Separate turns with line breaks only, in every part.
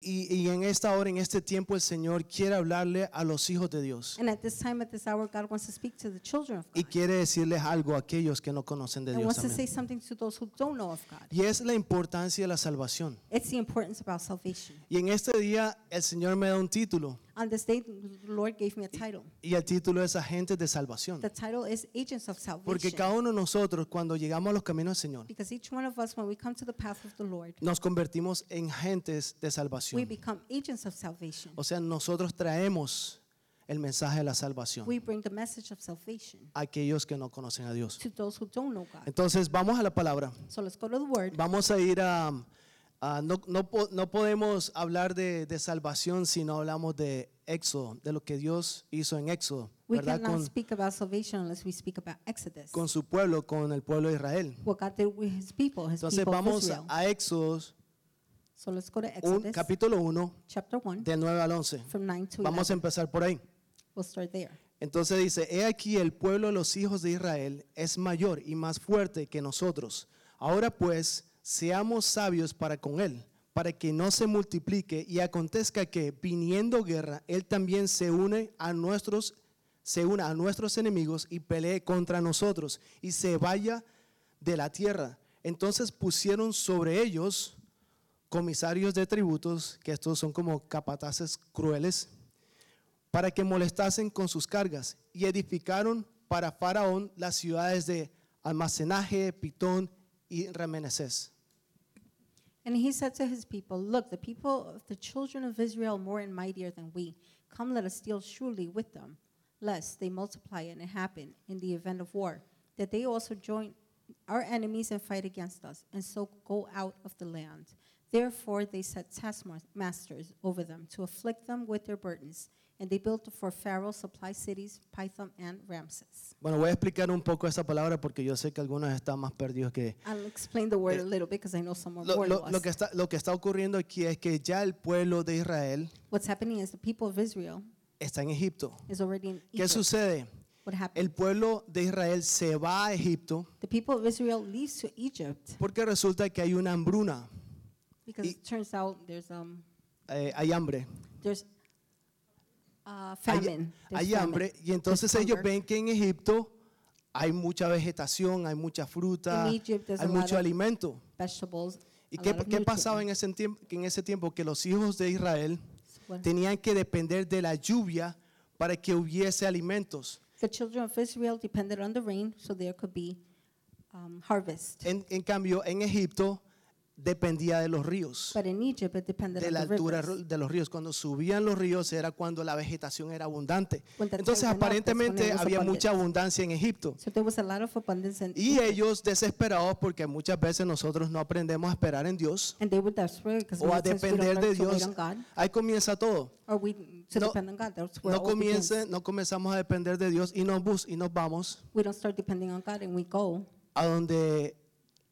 y, y en esta hora, en este tiempo, el Señor quiere hablarle a los hijos de Dios
And at this time, at this hour, God wants to speak to the children of God.
y quiere decirles algo a aquellos que no conocen de
and
Dios.
wants to
Amén.
say something to those who don't know of God.
Y es la importancia de la salvación.
It's the importance about salvation.
Y en este día el Señor me da un título
On this day, the Lord gave me a title.
y el título es Agentes de Salvación.
The title is Agents of
Porque
Salvation.
cada uno de nosotros cuando llegamos a los caminos del Señor
Because each one of us, when we come to the path of the Lord,
nos convertimos en agentes de
we
salvación.
become agents of salvation.
O sea, nosotros traemos el mensaje de la salvación
We bring the message of salvation
a aquellos que no conocen a Dios.
to those who don't know God.
Entonces vamos a la palabra.
So let's go to the Word.
Vamos a ir a... a- no, no po- no podemos hablar de, de salvación si no hablamos de Éxodo, de lo que Dios hizo en Éxodo,
We
¿verdad?
cannot
Con,
speak about salvation unless we speak about Exodus.
con su pueblo, con el pueblo de Israel.
What God did with His people, His
Entonces
people of
vamos
Israel.
a Éxodo,
So let's go to
un-
Exodus
capítulo 1,
chapter 1,
del 9 al 11.
from 9 to
Vamos a
11.
empezar por ahí.
We'll start there.
Entonces dice, he aquí el pueblo de los hijos de Israel es mayor y más fuerte que nosotros. Ahora pues, seamos sabios para con él, para que no se multiplique y acontezca que viniendo guerra, él también se une a nuestros se una a nuestros enemigos y pelee contra nosotros y se vaya de la tierra. Entonces pusieron sobre ellos comisarios de tributos, que estos son como capataces crueles, para que molestasen con sus cargas, y edificaron para Faraón las ciudades de almacenaje, Pitón y Remeneses.
And he said to his people, Look, the people of the children of Israel are more and mightier than we. Come, let us deal surely with them, lest they multiply and it happen in the event of war, that they also join our enemies and fight against us, and so go out of the land. Therefore, they set taskmasters over them to afflict them with their burdens. And they built for Pharaoh supply cities, Python and Ramses.
Bueno, voy a explicar un poco esa palabra porque yo sé que algunos están más perdidos que...
I'll explain the word a little bit because I know some are
Lo,
more
lo- lo
lost.
que está, lo que está ocurriendo aquí es que ya el pueblo de Israel
What's happening is the people of Israel
está en Egipto.
is already in
¿Qué
Egypt.
sucede?
What happened?
El pueblo de Israel se va a Egipto
the people of Israel leaves to Egypt
porque resulta que hay una hambruna,
because
Y-
it turns out there's um
eh, hay hambre.
there's uh,
hay-
famine. There's
hay
famine.
hambre y
There's
entonces ellos
hunger.
ven que en Egipto hay mucha vegetación, hay mucha fruta,
In Egypt, there's
hay
a lot
mucho
of-
alimento.
vegetables.
¿Y
a
qué,
lot of
qué pasaba en
nutrients.
ese, tiempo, en ese tiempo? Que los hijos de Israel
Bueno.
tenían que depender de la lluvia para que hubiese alimentos.
The children of Israel depended on the rain so there could be um, harvest.
En, en cambio, en Egipto dependía de los ríos,
But in Egypt, it depended
de la
on the
altura
rivers.
de los ríos. Cuando subían los ríos era cuando la vegetación era abundante.
When the
Entonces,
time went up, that's when
aparentemente
it was
había
abundant.
mucha abundancia en Egipto.
So there was a lot of abundance in
Y
Egypt.
ellos desesperados porque muchas veces nosotros no aprendemos a esperar en Dios
And they were desperate because
o a depender de
we don't learn to wait
Dios.
on God,
Ahí comienza todo.
or we to
No-
depend on God. That's where
No,
all begins.
comience, no comenzamos a depender de Dios y nos, bus, y nos vamos
We don't start depending on God and we go
a donde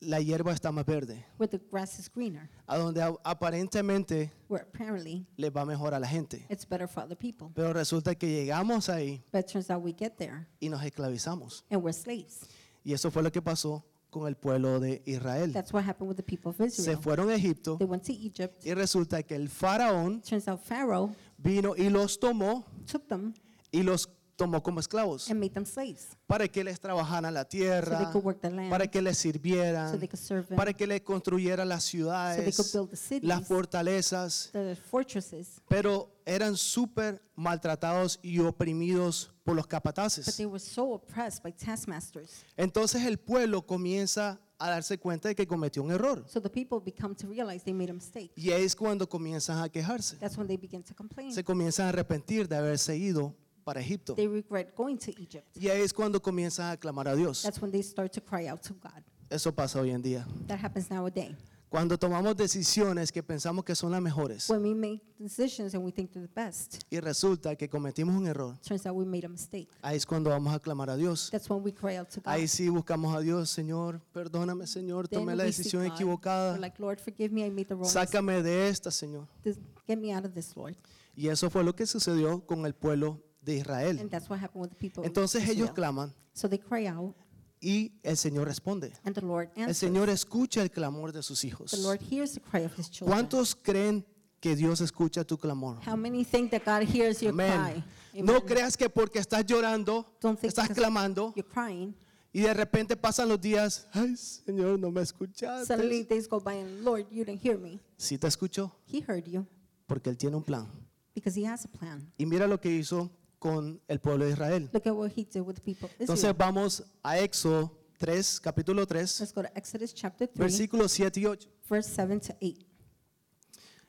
la hierba está más verde,
where the grass is greener,
a donde a- aparentemente
where apparently
les va mejor a la gente.
it's better for other people.
Pero resulta que llegamos ahí
But it turns out we get there
y nos esclavizamos.
and we're slaves.
Y eso fue lo que pasó con el pueblo de Israel.
That's what happened with the people of
Se
Israel.
fueron a Egipto
They went to Egypt.
y resulta que el faraón
Turns out Pharaoh
vino y los tomó
took them
y los tomó como esclavos
and made them slaves.
para que les trabajaran la tierra,
Em- could work the land.
para que les
So
sirvieran,
they could serve him.
para que les construyeran las
could
ciudades,
build the cities.
las fortalezas,
The fortresses,
pero eran súper maltratados y oprimidos por los
but
capataces.
they were so oppressed by taskmasters.
Entonces el pueblo comienza a darse cuenta de que cometió un error
So the people become to realize they made a mistake.
y ahí es cuando comienzan a quejarse,
That's when they begin to complain.
se comienzan a arrepentir de haberse ido para Egipto
They regret going to Egypt.
y ahí es cuando comienzan a clamar a Dios.
That's when they start to cry out to God.
Eso pasa hoy en día.
That happens nowadays.
Cuando tomamos decisiones que pensamos que son las mejores
When we make decisions and we think they're the best,
y resulta que cometimos un error,
turns out we made a mistake.
ahí es cuando vamos a clamar a Dios.
That's when we cry out to God.
Ahí sí buscamos a Dios, Señor, perdóname, Señor,
Then
tomé la
we seek
decisión
God. We're
equivocada.
like, Lord, forgive me, I made the wrong mistake.
Sácame de esta, Señor.
This- Get me out of this, Lord.
Y eso fue lo que sucedió con el pueblo de
And
Israel.
that's what happened with the people. of
Entonces ellos
Israel.
claman
So they cry out,
y el Señor responde.
and the Lord
El
answers.
Señor escucha el clamor de sus hijos.
The Lord hears the cry of his children.
¿Cuántos creen que Dios escucha tu clamor.
How many think that God hears your cry?
Amén. No
Amen.
creas que porque estás llorando,
Don't think
estás
because
clamando
You're crying.
y de repente pasan los días, ay Señor, no me
Suddenly
escuchaste.
days go by and Lord, you didn't hear me.
Sí te escuchó,
He heard you
porque Él tiene un plan.
because he has a plan.
Y mira lo que hizo con el pueblo de Israel.
Look at what he did with the people. of Israel.
Entonces vamos a Éxodo 3, capítulo 3,
Let's go to Exodus chapter 3,
versículos 7 y 8.
verse 7 to 8.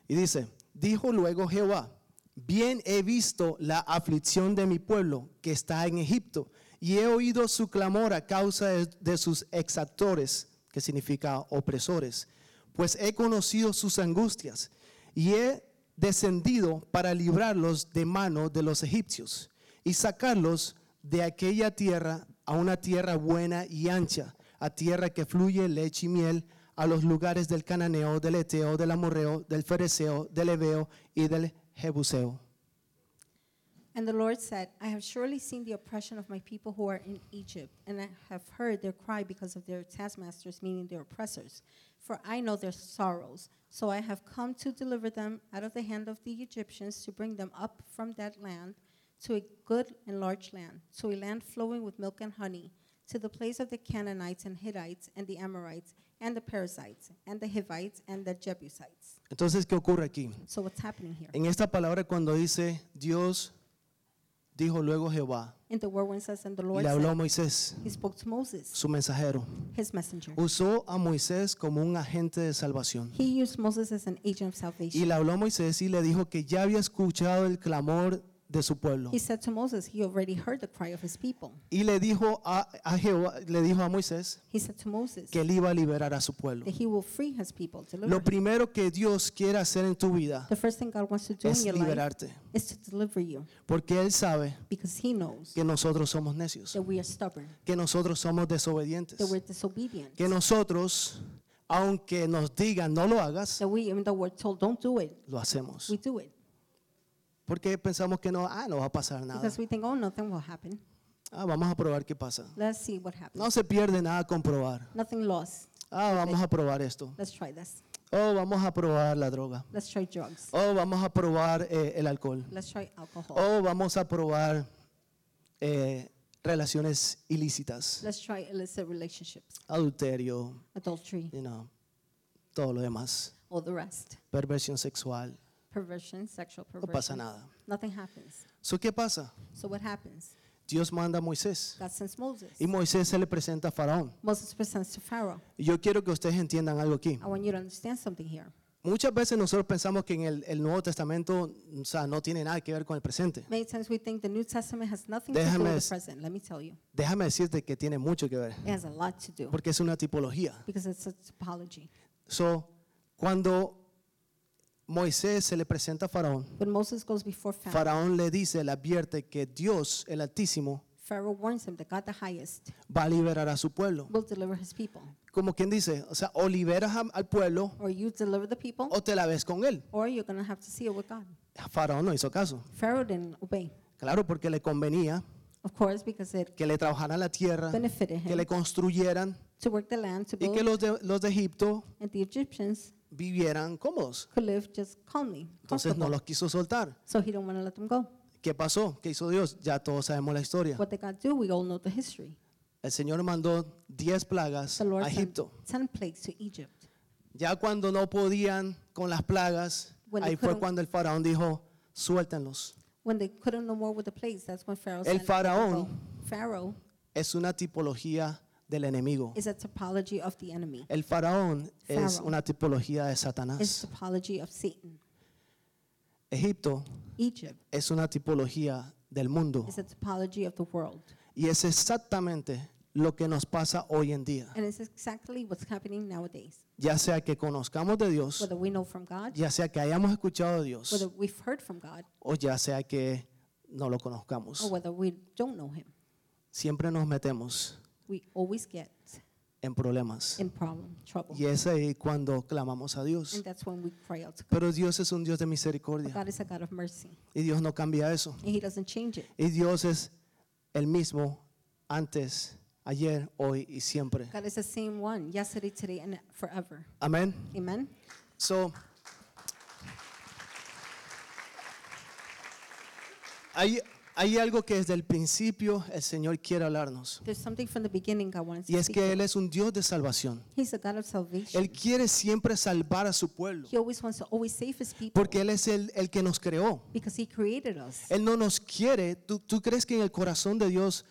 Y dice, dijo luego Jehová, bien he visto la aflicción de mi pueblo que está en Egipto, y he oído su clamor a causa de, de sus exactores, que significa opresores, pues he conocido sus angustias, y he descendido para librarlos de mano de los egipcios, y sacarlos de aquella tierra a una tierra buena y ancha, a tierra que fluye leche y miel, a los lugares del cananeo, del eteo, del amorreo, del fereceo, del heveo y del jebuseo.
And the Lord said, I have surely seen the oppression of my people who are in Egypt, and I have heard their cry because of their taskmasters, meaning their oppressors. For I know their sorrows. So I have come to deliver them out of the hand of the Egyptians, to bring them up from that land to a good and large land, to a land flowing with milk and honey, to the place of the Canaanites and Hittites, and the Amorites, and the Perizzites, and the Hivites, and the Jebusites.
Entonces, ¿qué ocurre aquí?
So what's happening here?
En esta palabra cuando dice Dios dijo luego Jehová,
In the word when it says, and the
y
Lord
le habló a
said,
Moisés,
he spoke to Moses.
su mensajero.
his messenger.
Usó a Moisés como un agente de salvación.
He used Moses as an agent of
Y
salvation.
le habló a Moisés y le dijo que ya había escuchado el clamor de su pueblo.
He said to Moses, He already heard the cry of his people.
Y le dijo a, a Jehová, le dijo a Moisés
He said to Moses
que él iba a liberar a su pueblo.
that He will free his people, deliver
Lo
them.
primero que Dios quiere hacer en tu vida
The first thing God wants to do in
es
your life
liberarte,
is to deliver you
porque Él sabe
because He knows
que nosotros somos necios,
that we are stubborn,
que nosotros somos desobedientes,
that we're disobedient,
que nosotros, aunque nos digan no lo hagas,
that we, even though we're told don't do it,
lo hacemos.
we do it
Porque pensamos que no, ah, no va a pasar nada.
because we think, oh, nothing will happen.
Ah, vamos a probar qué pasa.
Let's see what happens.
No se pierde nada con probar.
Nothing lost.
Ah, vamos a probar esto.
Let's try this.
Oh, vamos a probar la droga.
Let's try drugs.
Oh, vamos a probar eh, el alcohol.
Let's try alcohol.
Oh, vamos a probar eh, relaciones ilícitas.
Let's try illicit relationships,
adulterio,
adultery,
you know, todo lo demás,
all the rest.
perversión sexual,
perversion, sexual
no
perversion.
pasa nada.
Nothing happens.
So, ¿Qué pasa?
So what happens?
Dios manda a Moisés
God sends Moses.
y Moisés se le presenta a Faraón.
Moses presents to Pharaoh.
Y Yo quiero que ustedes entiendan algo aquí.
I want you to understand something here.
Muchas veces nosotros pensamos que en el, el Nuevo Testamento o sea, no tiene nada que ver con el presente.
Many times we think the New Testament has nothing to do
Déjame
with
es-
the present. Let me tell you,
Déjame decirte que tiene mucho que ver,
it has a lot to do
porque es una tipología.
because it's a typology.
So, cuando Moisés se le presenta a Faraón,
When Moses goes before Pharaoh,
Faraón le dice, le advierte que Dios, el Altísimo,
Pharaoh warns him that God the Highest
va a liberar a su pueblo.
will deliver his people,
como quien dice, o sea, o liberas a- al pueblo
or you deliver the people,
o te la ves con él.
or you're gonna have to see it with God.
Faraón no hizo caso.
Pharaoh didn't obey,
Claro, porque le convenía
of course, because it
que le trabajaran la tierra,
benefited
Ah. que
him
le construyeran
to work the land, to
y que
build,
los de, los de Egipto
and the Egyptians
vivieran cómodos.
could live just calmly,
Entonces
comfortable.
no los quiso soltar.
So he do not want to let them go.
¿Qué pasó? ¿Qué hizo Dios? Ya todos sabemos la historia.
What did God do? We all know the history.
El Señor mandó 10 plagas
The Lord
a
sent
Egipto.
ten plagues to Egypt.
Ya cuando no podían con las plagas,
When they
ahí fue
couldn't-
cuando el faraón dijo, suéltenlos.
When they couldn't no more with the plagues, that's when Pharaoh
El
sent them to
faraón-
go. Pharaoh
Es una tipología del enemigo.
is a typology of the enemy.
El faraón es
Pharaoh.
una tipología de
It's
Satanás.
a typology of Satan.
Egipto
Egypt
es una tipología del mundo.
is a typology of the world.
Y es exactamente lo que nos pasa hoy en día.
And it's exactly what's happening nowadays.
Ya sea que conozcamos de Dios,
Whether we know from God,
ya sea que hayamos escuchado de
whether
Dios,
we've heard from God,
o ya sea que no lo
or
conozcamos.
whether we don't know Him,
Siempre nos metemos
we always get
en problemas.
in problem, trouble.
Y es ahí cuando clamamos a Dios.
And that's when we cry out to God.
Pero Dios es un Dios de misericordia.
God is a God of mercy,
Y Dios no cambia eso.
and He doesn't change it.
Y Dios es el mismo antes, ayer, hoy y siempre.
God is the same one yesterday, today, and forever.
Amén.
Amen.
So, Hay, hay algo que desde el principio el Señor quiere hablarnos.
There's something from the beginning God wants
Y
to
es
speak
que
to.
Él es un Dios de salvación.
He's a God of salvation.
Él quiere siempre salvar a su pueblo.
he always wants to always save his people
Porque Él es el, el que nos creó.
because he created us.
Él no nos quiere. ¿Tú, tú crees que en el corazón de Dios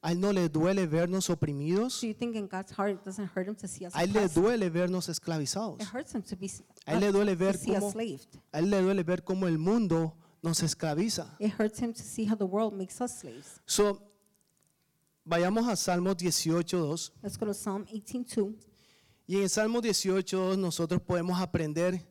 a Él no le duele vernos oprimidos?
So you think in God's heart it doesn't hurt him to see us
A Él le
oppressed?
duele vernos esclavizados.
It hurts him to be
A Él le duele ver
to see us
cómo-
enslaved.
A Él le duele ver cómo el mundo nos esclaviza.
It hurts him to see how the world makes us slaves.
So, vayamos a Salmos 18.2.
Let's go to Psalm 18:2.
Y en el Salmo 18.2 nosotros podemos aprender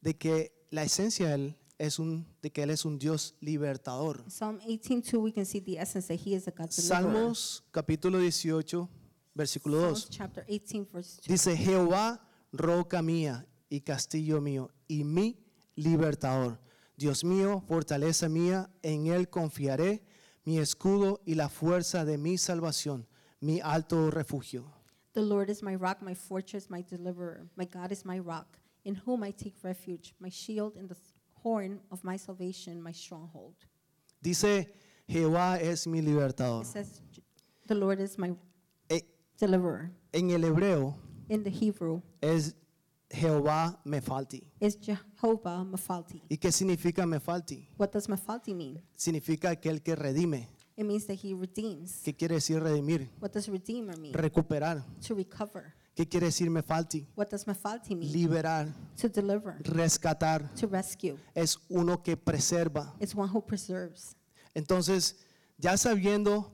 de que la esencia de Él es un, de que Él es un Dios libertador.
In Psalm 18:2 we can see the essence that he is a God deliverer.
Salmos capítulo 18, versículo
Psalms
2.
chapter 18 verse 2.
Dice, Jehová, roca mía y castillo mío y mi libertador. Dios mío, fortaleza mía, en él confiaré, mi escudo y la fuerza de mi salvación, mi alto refugio.
The Lord is my rock, my fortress, my deliverer. My God is my rock, in whom I take refuge, my shield and the horn of my salvation, my stronghold.
Dice, Jehová es mi libertador.
It says the Lord is my
E-
deliverer.
En el hebreo
In the Hebrew
es Jehová mefalti.
is Jehovah Mephalti.
¿Y qué significa mefalti?
What does Mephalti mean?
Significa aquel que redime.
It means that he redeems.
¿Qué quiere decir redimir?
What does redeemer mean?
Recuperar.
To recover.
¿Qué quiere decir mefalti?
What does Mephalti mean?
Liberar,
To deliver.
rescatar.
To rescue.
Es uno que preserva.
It's one who preserves.
Entonces, ya sabiendo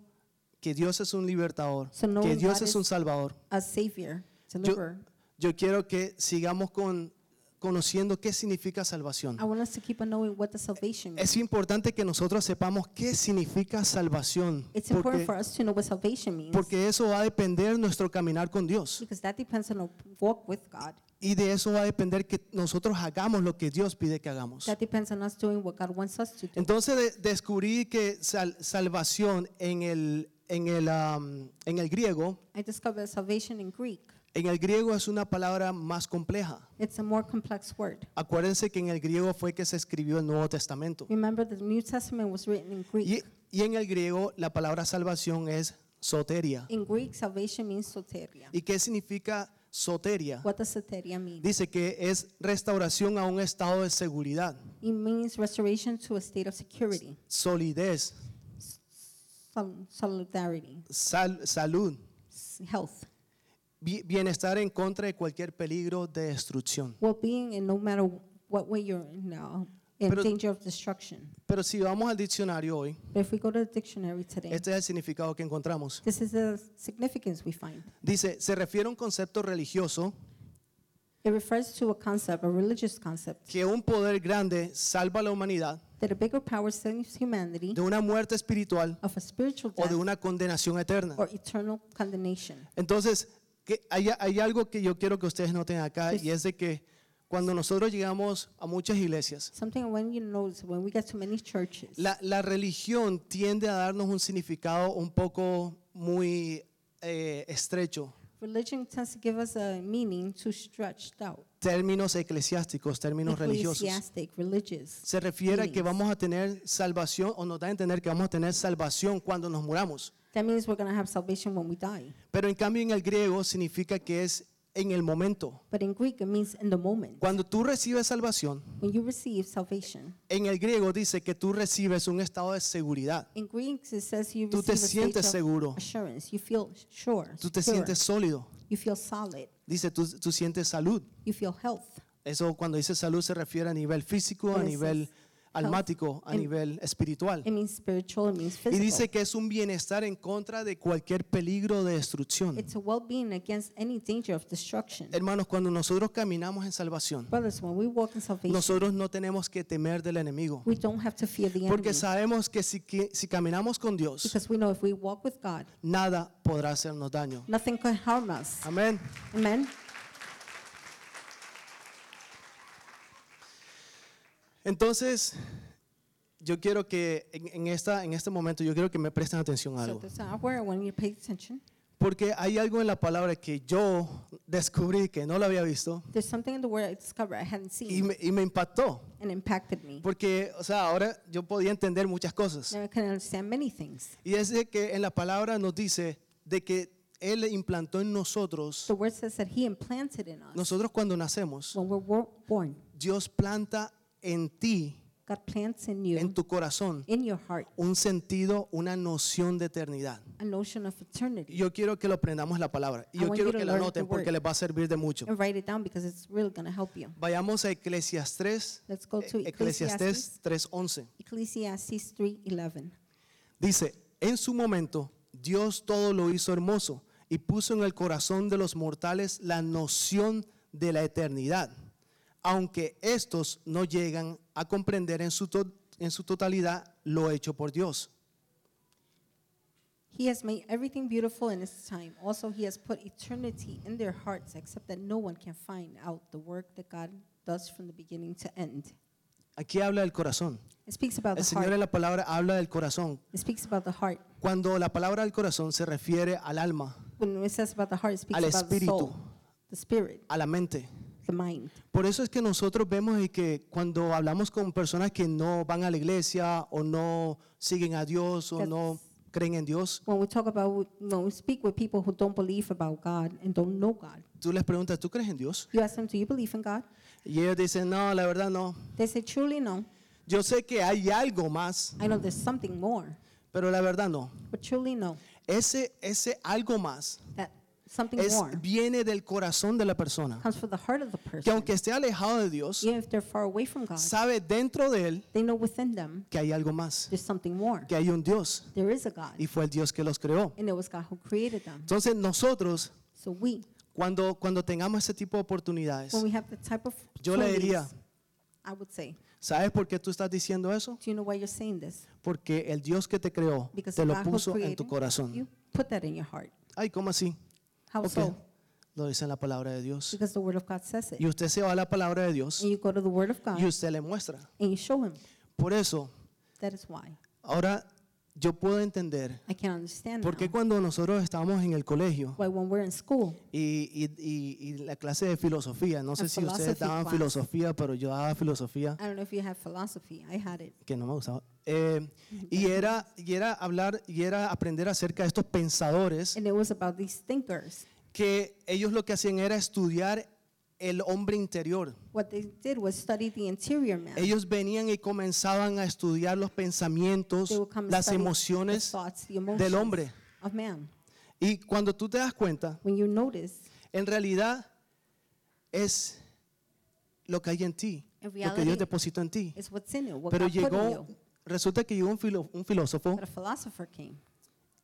que Dios es un libertador,
So knowing
que Dios
God
es
is-
un salvador,
A savior.
yo,
Deliverer.
yo quiero que sigamos con, conociendo qué significa salvación.
I want us to keep on knowing what the salvation means.
Es importante que nosotros sepamos qué significa salvación,
It's
porque,
important for us to know what salvation means
porque eso va a depender nuestro caminar con Dios.
because that depends on our walk with God.
Y de eso va a depender que nosotros hagamos lo que Dios pide que hagamos.
That depends on us doing what God wants us to do.
Entonces de- descubrí que sal- salvación en el, en, el, am, en el griego,
I discovered that salvation in Greek.
en el griego es una palabra más compleja.
It's a more complex word.
Acuérdense que en el griego fue que se escribió el Nuevo Testamento.
Remember, the New Testament was written in Greek.
Y, y en el griego la palabra salvación es soteria.
In Greek, salvation means soteria.
¿Y qué significa soteria?
What does soteria mean?
Dice que es restauración a un estado de seguridad,
It means restoration to a state of security,
solidez,
sol- solidarity,
sal- salud,
s- health,
bi- bienestar en contra de cualquier peligro de destrucción.
well-being, and no matter what way you're in now, in
Pero-
danger of destruction.
Pero si vamos al diccionario hoy,
But if we go to the dictionary today,
Este es el significado que encontramos.
This is the significance we find.
Dice, se refiere a un concepto religioso
It refers to a concept, a religious concept,
que un poder grande salva a la humanidad
that a bigger power saves humanity
de una muerte espiritual
of a spiritual
o de
death
una condenación eterna.
or eternal condemnation.
Entonces, que hay, hay algo que yo quiero que ustedes noten acá y es de que cuando nosotros llegamos a muchas iglesias,
Something when you notice when we get to many churches,
la, la religión tiende a darnos un significado un poco muy eh, estrecho,
religion tends to give us a meaning too stretched out,
términos eclesiásticos, términos religiosos.
ecclesiastic, religious.
se refiere a que
meanings.
vamos a tener salvación o nos da a entender que vamos a tener salvación cuando nos muramos.
That means we're going to have salvation when we die.
Pero en cambio en el griego significa que es en el momento.
But in Greek, it means in the moment.
Cuando tú recibes salvación,
When you receive salvation,
en el griego dice que tú recibes un estado de seguridad.
in Greek it says you
Tú
receive
te
a state
sientes
of
seguro.
assurance. You feel sure.
Tú te
secure.
sientes sólido.
You feel solid.
Dice, tú, tú sientes salud.
You feel health.
Eso cuando dice salud se refiere a nivel físico, a
Entonces,
nivel almático, a
en-
nivel espiritual.
It means spiritual. It means
Y
physical.
dice que es un bienestar en contra de cualquier peligro de destrucción.
it's a well-being against any danger of destruction.
Hermanos, cuando nosotros caminamos en salvación,
Brothers, when we walk in salvation,
nosotros no tenemos que temer del enemigo,
we don't have to fear the enemy
porque sabemos que si, que- si caminamos con Dios,
because we know if we walk with God,
nada podrá hacernos daño.
nothing can harm us.
Amén.
Amen.
Entonces, yo quiero que en, en esta, en este momento, yo quiero que me presten atención a
So
algo,
this hour, I want you to pay attention
Porque hay algo en la palabra que yo descubrí que no lo había visto
There's something in the word I discovered I hadn't
y
seen
me, y me impactó.
and impacted me.
Porque, o sea, ahora yo podía entender muchas cosas.
Now I can understand many things.
Y es de que en la palabra nos dice de que Él implantó en nosotros,
The word says that He implanted in us
nosotros cuando nacemos,
when we're wor- born.
Dios planta en ti,
God plants in
en
you,
tu corazón,
in your heart,
un sentido, una noción de eternidad.
a notion of eternity.
Yo quiero que lo aprendamos la palabra. Y
I
yo
want
quiero
you to
que la
learn
noten
the word. Em,
porque les va a servir de mucho.
And write it down because it's really going to help you.
Vayamos a Eclesias 3,
Let's go to
eh, Eclesiastés
Ecclesiastes.
3:11.
Ecclesiastes 3:11.
Dice, en su momento Dios todo lo hizo hermoso y puso en el corazón de los mortales la noción de la eternidad, aunque estos no llegan a comprender en su, to- en su totalidad lo hecho por Dios.
He has made everything beautiful in its time. Also, he has put eternity in their hearts, except that no one can find out the work that God does from the beginning to end.
Aquí habla del corazón.
It speaks about
El
the
Señor en
heart.
la palabra habla del corazón.
It speaks about the heart.
Cuando la palabra del corazón se refiere al alma,
When it says about the heart, it speaks
Al
about the soul,
espíritu.
the spirit,
a la mente.
the mind.
Por eso es que nosotros vemos y que cuando hablamos con personas que no van a la iglesia o no siguen a Dios o no creen en Dios,
When we talk about, when we speak with people who don't believe about God and don't know God,
tú les preguntas, ¿tú crees en Dios?
you ask them, Do you believe in God?
Y ellos dicen, no, la verdad no.
They say, Truly, no.
Yo sé que hay algo más,
I know there's something more,
pero la verdad no.
but truly, no.
Ese, ese algo más
That something
es,
more
viene del corazón de la persona,
comes from the heart of the
que
person.
aunque esté alejado de Dios,
Even if they're far away from God,
sabe dentro de él
they know within them
que hay algo más,
there's something more.
que hay un Dios
There is a God,
y fue el Dios que los creó.
and it was God who created them.
Entonces nosotros,
So we,
cuando, cuando tengamos ese tipo de oportunidades,
when we have the type of
Yo le
opportunities,
diría-
I would say,
¿sabes por qué tú estás diciendo eso?
do you know why you're saying this?
Porque el Dios que te creó
Because
te
the
lo
God who
puso en
created
tu corazón.
you, put that in your heart.
Ay, ¿cómo así?
How
Ok,
so?
Lo dice en la palabra de Dios.
Because the Word of God says it.
Y usted se va a la palabra de Dios
and you go to the Word of God
y usted le muestra.
and you show Him.
Por eso,
That is why.
ahora yo puedo entender
I can understand
por qué
now
cuando nosotros estábamos en el colegio
why when we're in school,
y, y- y- y la clase de filosofía, no sé
A
si ustedes
philosophy
daban
class.
filosofía, pero yo daba filosofía
I don't know if you have philosophy. I had it.
que no me gustaba. Eh, y, era, y era hablar y era aprender acerca de estos pensadores
And it was about these thinkers.
que ellos lo que hacían era estudiar el hombre interior.
What they did was study the interior man.
Ellos venían y comenzaban a estudiar los pensamientos,
They will come and
las
study the
emociones
thoughts, the
del
emotions
hombre.
Of man.
Y cuando tú te das cuenta,
When you notice,
en realidad es lo que hay en ti,
En
lo que Dios
reality,
depositó en ti.
it's what's in you, what
Pero
God put in
llegó,
you.
resulta que llegó un, filo- un filósofo
But a philosopher came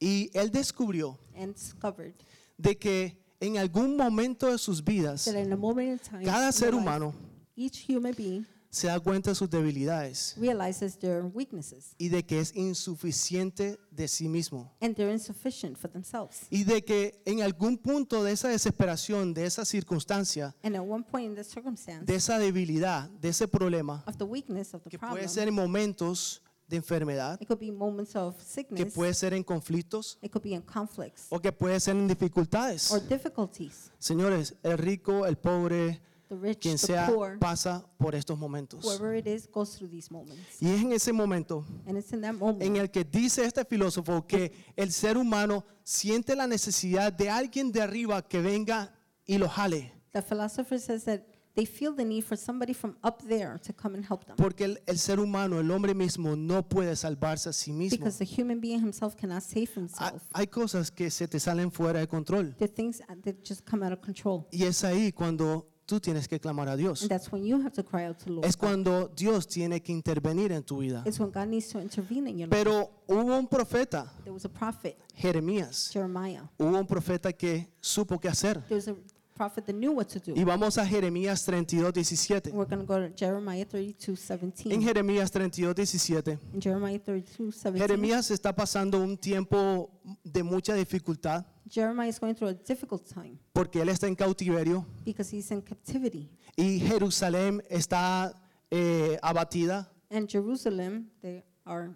y él descubrió
and discovered
de que en algún momento de sus vidas,
that in a moment in time,
cada
in
ser
life,
humano
each human being
se da cuenta de sus debilidades
realizes their weaknesses
y de que es insuficiente de sí mismo.
and they're insufficient for themselves.
Y de que en algún punto de esa desesperación, de esa circunstancia,
And at one point in the circumstance
de esa debilidad, de ese problema,
of the weakness of the
que
problem,
puede ser en momentos de enfermedad,
it could be moments of
que
sickness,
puede ser en conflictos
it could be in conflicts
o que puede ser en dificultades.
or difficulties.
Señores, el rico, el pobre,
The rich,
quien
the
sea,
poor,
pasa por estos momentos.
whoever it is, goes through these moments.
Y es en ese momento
And it's in that moment
en el que dice este filósofo que el ser humano siente la necesidad de alguien de arriba que venga y lo jale,
The philosopher says that they feel the need for somebody from up there to come and help them
porque el, el ser humano, el hombre mismo, no puede salvarse a sí mismo. Ah,
because the human being himself cannot save
Ha-
himself.
hay cosas que se te salen fuera de control
There are things that just come out of control.
y es ahí cuando tú tienes que clamar a Dios.
And that's when you have to cry out to Lord.
Es
God.
cuando Dios tiene que intervenir en tu vida.
It's when God needs to intervene in your life.
Pero hubo un profeta,
There was a prophet,
Jeremías,
Jeremiah.
hubo un profeta que supo qué hacer.
There was a prophet that knew what to do.
Y vamos a Jeremías 32, 17.
We're going to go to Jeremiah 32,
En
17.
Jeremías 32, 17,
In Jeremiah 32, 17,
Jeremías está pasando un tiempo de mucha dificultad
Jeremiah is going through a difficult time
porque él está en cautiverio
because he's in captivity.
y Jerusalén está eh, abatida,
And Jerusalem, they are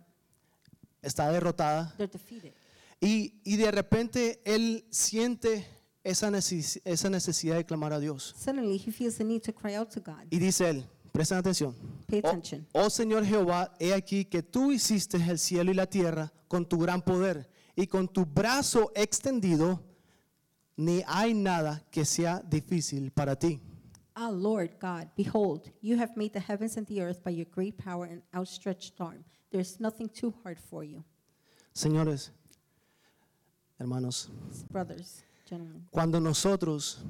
está derrotada.
they're defeated.
Y, y de repente él siente esa, neces- esa necesidad de clamar a Dios.
Suddenly, he feels the need to cry out to God.
Y dice él, presten atención.
Pay
"Oh-
attention.
Oh, Señor Jehová, he aquí que tú hiciste el cielo y la tierra con tu gran poder y con tu brazo extendido, ni hay nada que sea difícil para ti.
Ah, Lord God, behold, you have made the heavens and the earth by your great power and outstretched arm. There is nothing too hard for you.
Señores, hermanos,
Brothers, gentlemen,
cuando nosotros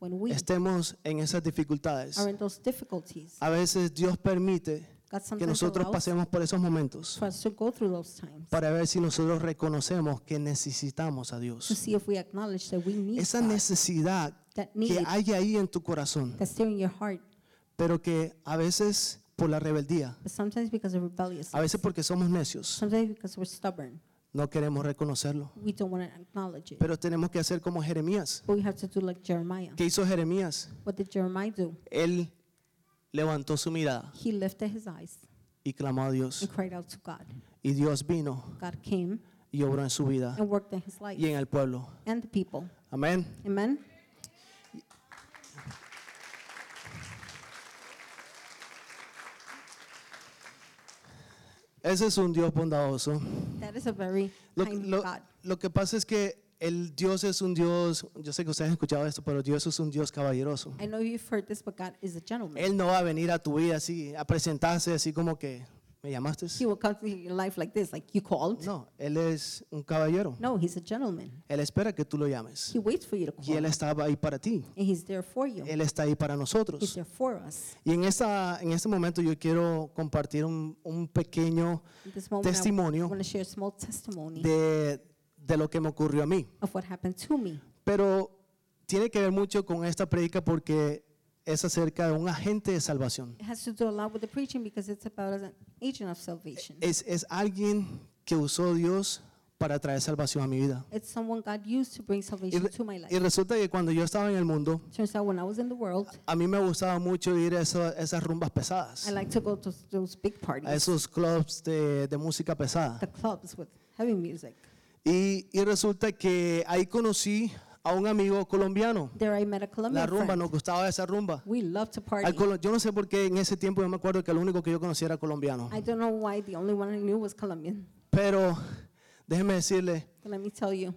when we
estemos en esas dificultades,
are in those difficulties,
a veces Dios permite
God
que
sometimes
nosotros
allows
pasemos por esos momentos
for us to go through those times
para ver si nosotros reconocemos que necesitamos a
to
Dios.
see if we acknowledge that we need
Esa
God,
necesidad
that
que
need
hay ahí en tu corazón.
that's there in your heart,
pero que a veces por la rebeldía,
but sometimes because of rebellious,
a veces porque somos necios,
sometimes because we're stubborn,
no queremos reconocerlo.
we don't want to acknowledge it.
Pero tenemos que hacer como Jeremías.
But we have to do like Jeremiah.
¿Qué hizo Jeremías?
What did Jeremiah do?
Él levantó su mirada
He lifted his eyes
y clamó a Dios.
and cried out to God.
Y Dios vino
God came
y obró en su vida
and worked in his life
y en el pueblo.
and the people.
Amén.
Amen.
Ese es un Dios bondadoso.
That is a very
Lo,
kind
lo-
God.
lo que pasa es que el Dios es un Dios, yo sé que ustedes han escuchado esto, pero Dios es un Dios caballeroso.
I know you've heard this, but God is a gentleman.
Él no va a venir a tu vida así, a presentarse así como que, ¿me llamaste?
he will come to your life like this, like you called.
No, él es un caballero.
No, he's a gentleman.
Él espera que tú lo llames.
He waits for you to call,
Y él está ahí para ti.
and he's there for you.
Él está ahí para
He's
nosotros.
there for us.
Y en, esta, en este momento yo quiero compartir un, un pequeño
In this moment, I
testimonio
want to share a small testimony
de, de lo que me ocurrió a mí.
of what happened to me.
Pero tiene que ver mucho con esta prédica porque es acerca de un agente de salvación.
It has to do a lot with the preaching because it's about an agent of salvation.
Es, es alguien que usó Dios para traer salvación a mi vida.
It's someone God used to bring
Y,
salvation
re-
to my life.
y resulta que cuando yo estaba en el mundo,
Turns out when I was in the world,
a mí me gustaba mucho ir a esa- esas rumbas pesadas.
I like to go to those big
a
parties,
esos clubs de, de música
the
pesada.
clubs with heavy music.
Y, y resulta que ahí conocí a un amigo colombiano.
There I met a
La
Colombian
rumba,
friend.
nos gustaba esa rumba.
We love to
Al
party.
colo- yo no sé por qué en ese tiempo yo me acuerdo que el único que yo conocía era colombiano.
I don't know why the only one I knew was Colombian.
Pero déjeme decirle,
But let me tell you,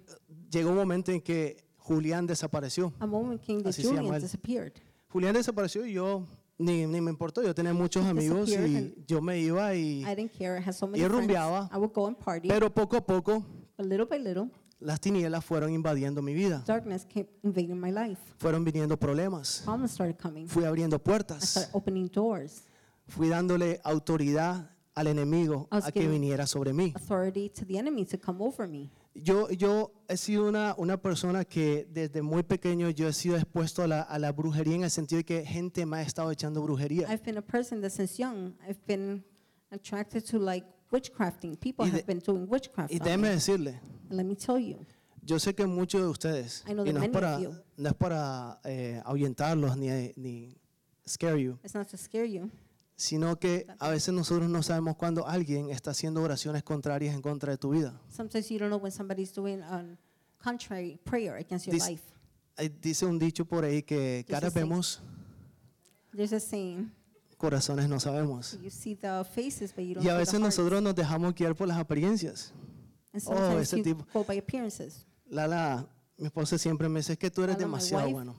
llegó un momento en que Julián desapareció.
a moment came that
Así se llama
Julian
él.
disappeared.
Julián desapareció y yo ni, ni me importó. Yo tenía muchos amigos
Disappeared
y yo me iba y...
I didn't care. I had so many
Y
friends.
rumbeaba.
I would go and party,
Pero poco a poco
but little by little,
las tinieblas fueron invadiendo mi vida.
darkness kept invading my life.
Fueron viniendo problemas.
Problems started coming.
Fui abriendo
I
puertas.
started opening doors,
fui dándole autoridad al enemigo
I was
a que
giving-
viniera sobre mí.
authority to the enemy to come over me.
Yo, yo he sido una, una persona que desde muy pequeño yo he sido expuesto a la, a la brujería en el sentido de que gente me ha estado echando brujería.
I've been a person that since young I've been attracted to like witchcrafting. People
Y de-
have been doing witchcraft.
Y
on
déjeme
me.
decirle,
And let me tell you,
yo sé que muchos de ustedes,
I know
y
that
no es
many of
para,
you-
no es para eh, ahuyentarlos ni, ni scare you,
it's not to scare you.
sino que a veces nosotros no sabemos cuando alguien está haciendo oraciones contrarias en contra de tu vida.
Sometimes you don't know when somebody's doing a contrary prayer against your
This-
life.
Eh, Dice un dicho por ahí que
Dice
caras
así.
vemos,
There's a saying:
corazones no sabemos.
you see the faces, but you don't
Y a
see the
veces
hearts.
nosotros nos dejamos guiar por las apariencias.
And
Oh,
sometimes
ese
you
tipo-
go by appearances.
Lala, mi esposa siempre me dice "Es que tú eres
Lala, my
demasiado
wife,
bueno.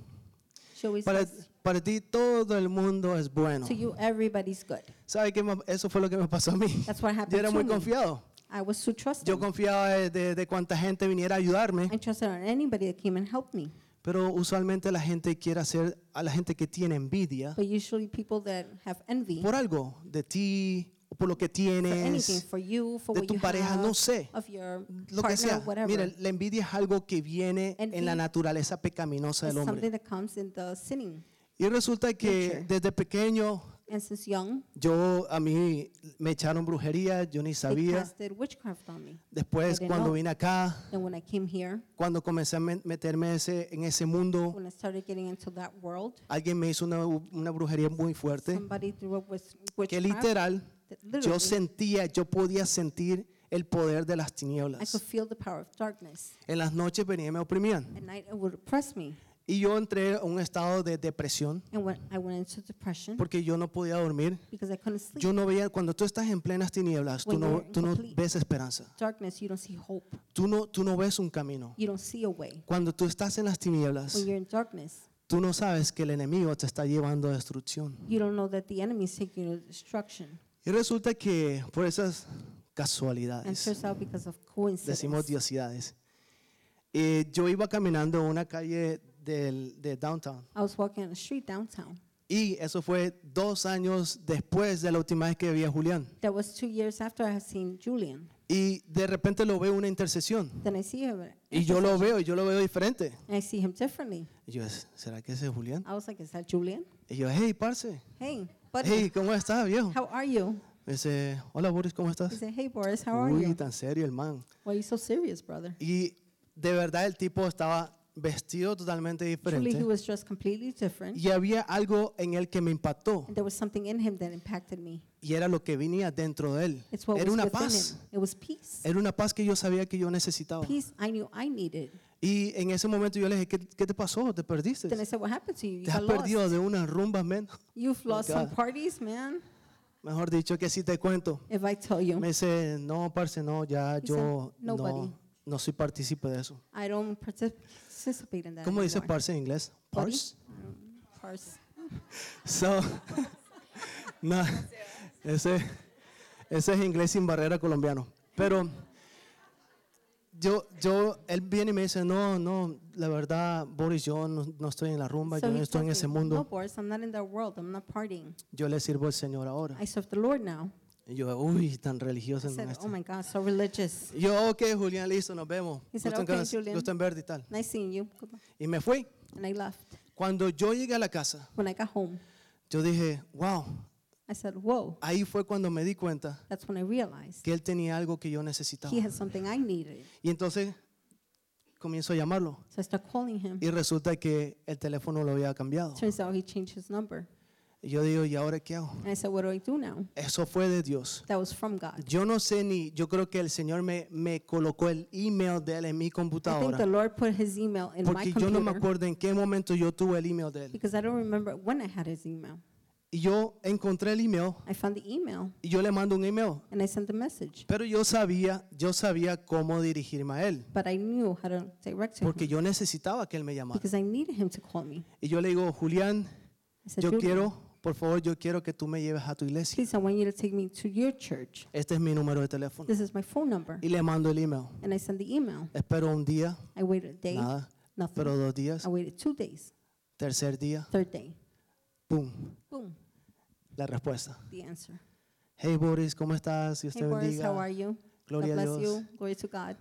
She always
Para,
says,
para ti todo el mundo es bueno.
to you, everybody's good.
¿Sabe qué? me- Eso fue lo que me pasó a mí.
That's what
Yo
happened
era
to
muy
me.
confiado.
I was too trusting.
Yo confiaba de, de- de cuánta gente viniera a ayudarme,
I trusted on anybody that came and helped me.
pero usualmente la gente quiere hacer a la gente que tiene envidia
But usually people that have envy
por algo de ti, o por lo que
for anything
tienes,
for you, for
de
what
tu
you
pareja,
have,
no sé,
of your
lo que
partner,
sea.
whatever.
Mira, la envidia es algo que viene en la
Envy
naturaleza pecaminosa
it's
del hombre.
something that comes in the sinning.
Y resulta que
Nature.
desde pequeño
And since young,
yo a mí me echaron brujería, yo ni
they
sabía.
casted witchcraft on me.
Después
didn't
cuando
know.
vine acá,
And when I came here,
cuando comencé a me- meterme ese, en ese mundo,
when I started getting into that world,
alguien me hizo una, una brujería muy fuerte
somebody threw up with
que
witchcraft.
literal
that literally
yo sentía, yo podía sentir el poder de las
I could
tinieblas.
feel the power of darkness.
En las noches venía y me oprimían.
At night, it would oppress me.
Y yo entré en un estado de depresión
And when I went into depression
porque yo no podía dormir.
because I couldn't sleep.
Yo no veía, cuando tú estás en plenas tinieblas, tú no, tú no ves esperanza.
Darkness, you don't see hope.
Tú no, tú no ves un camino.
You don't see a way.
Cuando tú estás en las tinieblas,
When you're in darkness,
tú no sabes que el enemigo te está llevando a destrucción.
you don't know that the enemy is taking you to destruction.
Y resulta que por esas
And
casualidades,
turns out because of
decimos
coincidence.
diosidades, eh, yo iba caminando en una calle del, de downtown.
I was walking on the street downtown.
Y eso fue dos años después de la última vez que vi a Julián.
That was two years after I had seen Julian.
Y de repente lo veo en una intercesión.
Then I see him.
Y yo lo veo, y yo lo veo diferente.
And I see him differently.
Y yo, "Es- ¿será que ese es Julián?
I was like, is that Julian?
Y yo, hey, parce.
Hey, buddy,
Hey, ¿cómo estás, viejo?
how are you?
Me dice, hola, Boris, ¿cómo
He
estás?
said, hey, Boris, how are
Uy,
you?
tan serio el man.
Why are you so serious, brother?
Y de verdad el tipo estaba vestido totalmente
Truly, he
diferente.
was dressed completely different.
Y había algo en él que me impactó.
And there was something in him that impacted me.
Y era lo que venía dentro de él.
It's what
Era
was
una
within
paz.
him. It was peace.
Era una paz que yo sabía que yo necesitaba.
Peace I knew I needed.
Y en ese momento yo le dije, ¿qué, qué te pasó? ¿Te perdiste?
Then I said, what happened to you? You
Te has
got lost.
perdido de unas rumbas, men.
You've lost some
God.
parties, man.
Mejor dicho, que si te cuento.
If I tell you,
Me dice, no, parce, no, ya
He
yo
said, "Nobody."
no, no soy partícipe de eso.
I don't partic- participate in that.
¿Cómo dice
anymore.
parce en inglés?
Buddy.
Parse.
Parse.
So, no, ese, ese es inglés sin barrera colombiano. Pero yo, yo, él viene y me dice, no, no, la verdad, Boris, yo no, no estoy en la rumba,
So
yo
he
no estoy en
tells
ese
me, No, pues.
mundo.
Boris, I'm not in that world. I'm not partying.
Yo le sirvo al Señor ahora.
I serve the Lord now.
Y yo, uy, tan
I
religioso el
said,
maestro.
oh my God, so religious.
Y yo, ok, Julián, listo, nos vemos.
He said,
Gusto en
"Okay,
conoc-
Julián."
gusto en verte y tal.
Nice seeing you. Good luck.
Y me fui.
And I left.
Cuando yo llegué a la casa,
When I got home,
yo dije, wow,
I said, whoa.
ahí fue cuando me di cuenta
That's when I realized
que él tenía algo que yo necesitaba.
he had something I needed.
Y entonces comienzo a llamarlo.
So I started calling him.
Y resulta que el teléfono lo había cambiado.
Turns out he changed his number.
Y yo digo, ¿y ahora qué hago?
And I said, what do I do now?
Eso fue de Dios.
That was from God.
Yo no sé ni, yo creo que el Señor me, me colocó el email de él en mi
I think the
computadora.
Lord put his email in my
Porque yo no me
computer
acuerdo en qué momento yo tuve el email de él.
because I don't remember when I had his email.
Y yo encontré el email
I found the email
y yo le mando un email.
and I sent the message,
Pero yo sabía, yo sabía cómo dirigirme a él.
but I knew how to direct to
Porque
him
yo necesitaba que él me llamara.
because I needed him to call me.
Y yo le digo, Julián,
I said,
yo
"Julian,
quiero, por favor, yo quiero que tú me lleves a tu iglesia.
please, I want you to take me to your church.
Este es mi número de teléfono.
This is my phone number.
Y le mando el email.
And I sent the email.
Espero un día,
I waited a day,
nada.
nothing.
Pero dos días,
I waited two days,
tercer día,
third day.
pum,
Boom,
la respuesta.
the answer.
Hey Boris, ¿cómo estás? Dios
Hey,
te
Boris, how
bendiga.
are you?
Gloria
God
a
bless
Dios.
you. Glory to God.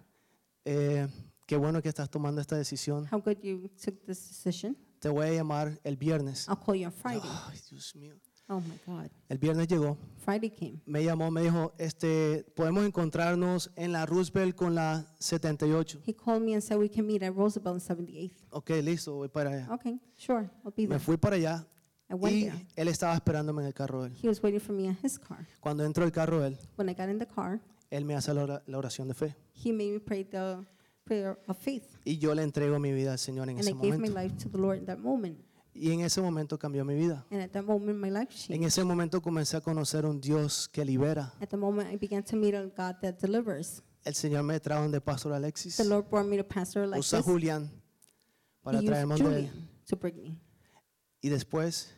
Eh, qué bueno que estás tomando esta decisión.
How good you took this decision.
Te voy a llamar el viernes.
I'll call you on Friday.
Ay, Dios mío.
Oh my God.
El viernes llegó,
Friday came.
me llamó, me dijo, este, podemos encontrarnos en la Roosevelt con la 78.
He called me and said we can meet at Roosevelt on 78th.
Ok, listo, voy para allá.
Okay, sure, I'll be
Me
there.
fui para allá
I went
y
there.
él estaba esperándome en el carro de él.
He was waiting for me in his car.
Cuando entro al carro de él,
When I got in the car,
él me hace la ora- la oración de fe.
he made me pray the prayer of faith,
Y yo le entrego mi vida al Señor en
and
ese
I gave my
momento.
life to the Lord in that moment.
Y en ese momento cambió mi vida.
And at that moment, my life
En
changed.
ese momento comencé a conocer un Dios que libera.
At the moment, I began to meet a God that delivers.
El Señor me trajo donde Pastor Alexis.
The Lord brought me to Pastor
Usa a
Alexis.
Julián para
he
traerme
used
donde él.
Julian to bring me.
Y después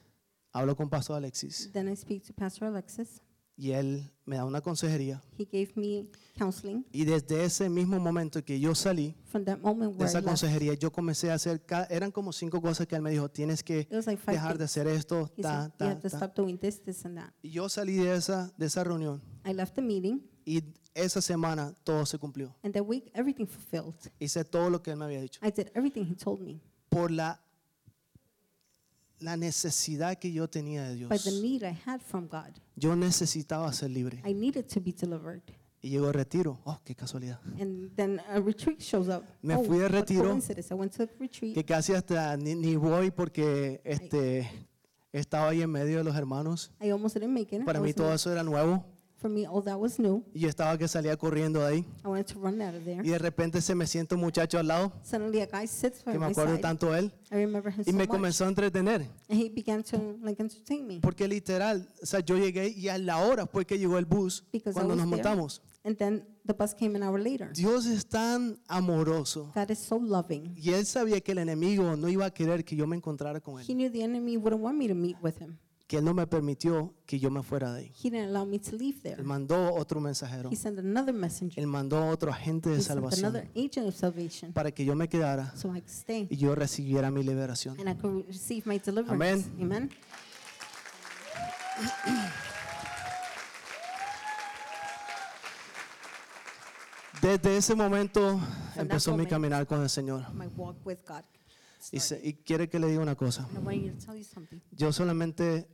hablo con Pastor Alexis
Then I speak to Pastor Alexis.
y él me da una consejería.
He gave me counseling.
Y desde ese mismo momento que yo salí
From that moment
de
where I
esa
left, it
consejería, yo comencé a hacer, ca- eran como cinco cosas que él me dijo, tienes que
was like five
dejar de
things.
hacer esto,
He
ta,
said, you
ta,
have to
ta.
stop doing this, this, and that.
Y yo salí de esa, de esa reunión
I left the meeting,
y esa semana todo se cumplió.
and that week, everything fulfilled.
Hice todo lo que él me había dicho.
I did everything he told me.
Por la, la necesidad que yo tenía de
But the
Dios.
need I had from God,
Yo necesitaba ser libre.
I needed to be delivered.
Y llegó el retiro. Oh, qué casualidad.
And then a retreat shows up.
Me
oh,
fui de
what
retiro.
coincidence. I went to a retreat.
Que casi hasta ni, ni voy porque este, estaba ahí en medio de los hermanos.
I almost didn't make it. I
Para mí
was in-
todo eso era nuevo.
For me, oh, that was new.
Y yo estaba que salía corriendo de ahí.
I wanted to run out of there.
Y de repente se me sienta un muchacho al lado,
Suddenly, a guy sits by
que me
my
acuerdo
side.
tanto de él,
I remember him Pues so
y me
much.
comenzó a entretener.
And he began to like entertain me.
Porque literal, o sea, yo llegué y a la hora fue que llegó el bus
Because I
cuando nos
was there.
montamos.
And then the bus came an hour later.
Dios es tan amoroso
God is so loving.
y él sabía que el enemigo no iba a querer que yo me encontrara con
He
él,
knew the enemy wouldn't want me to meet with him.
que él no me permitió que yo me fuera de ahí.
He didn't allow me to leave there.
Él mandó otro mensajero,
He sent another messenger.
él mandó otro agente de
He sent another
salvación
agent of salvation
para que yo me quedara
so I could stay
y yo recibiera mi liberación.
and I could receive my deliverance.
Amén.
Amen.
Desde ese momento
that
empezó mi
moment.
caminar con el Señor.
My walk with God.
Y,
started.
se- y quiere que le diga una cosa.
And I want you to tell you something.
Yo solamente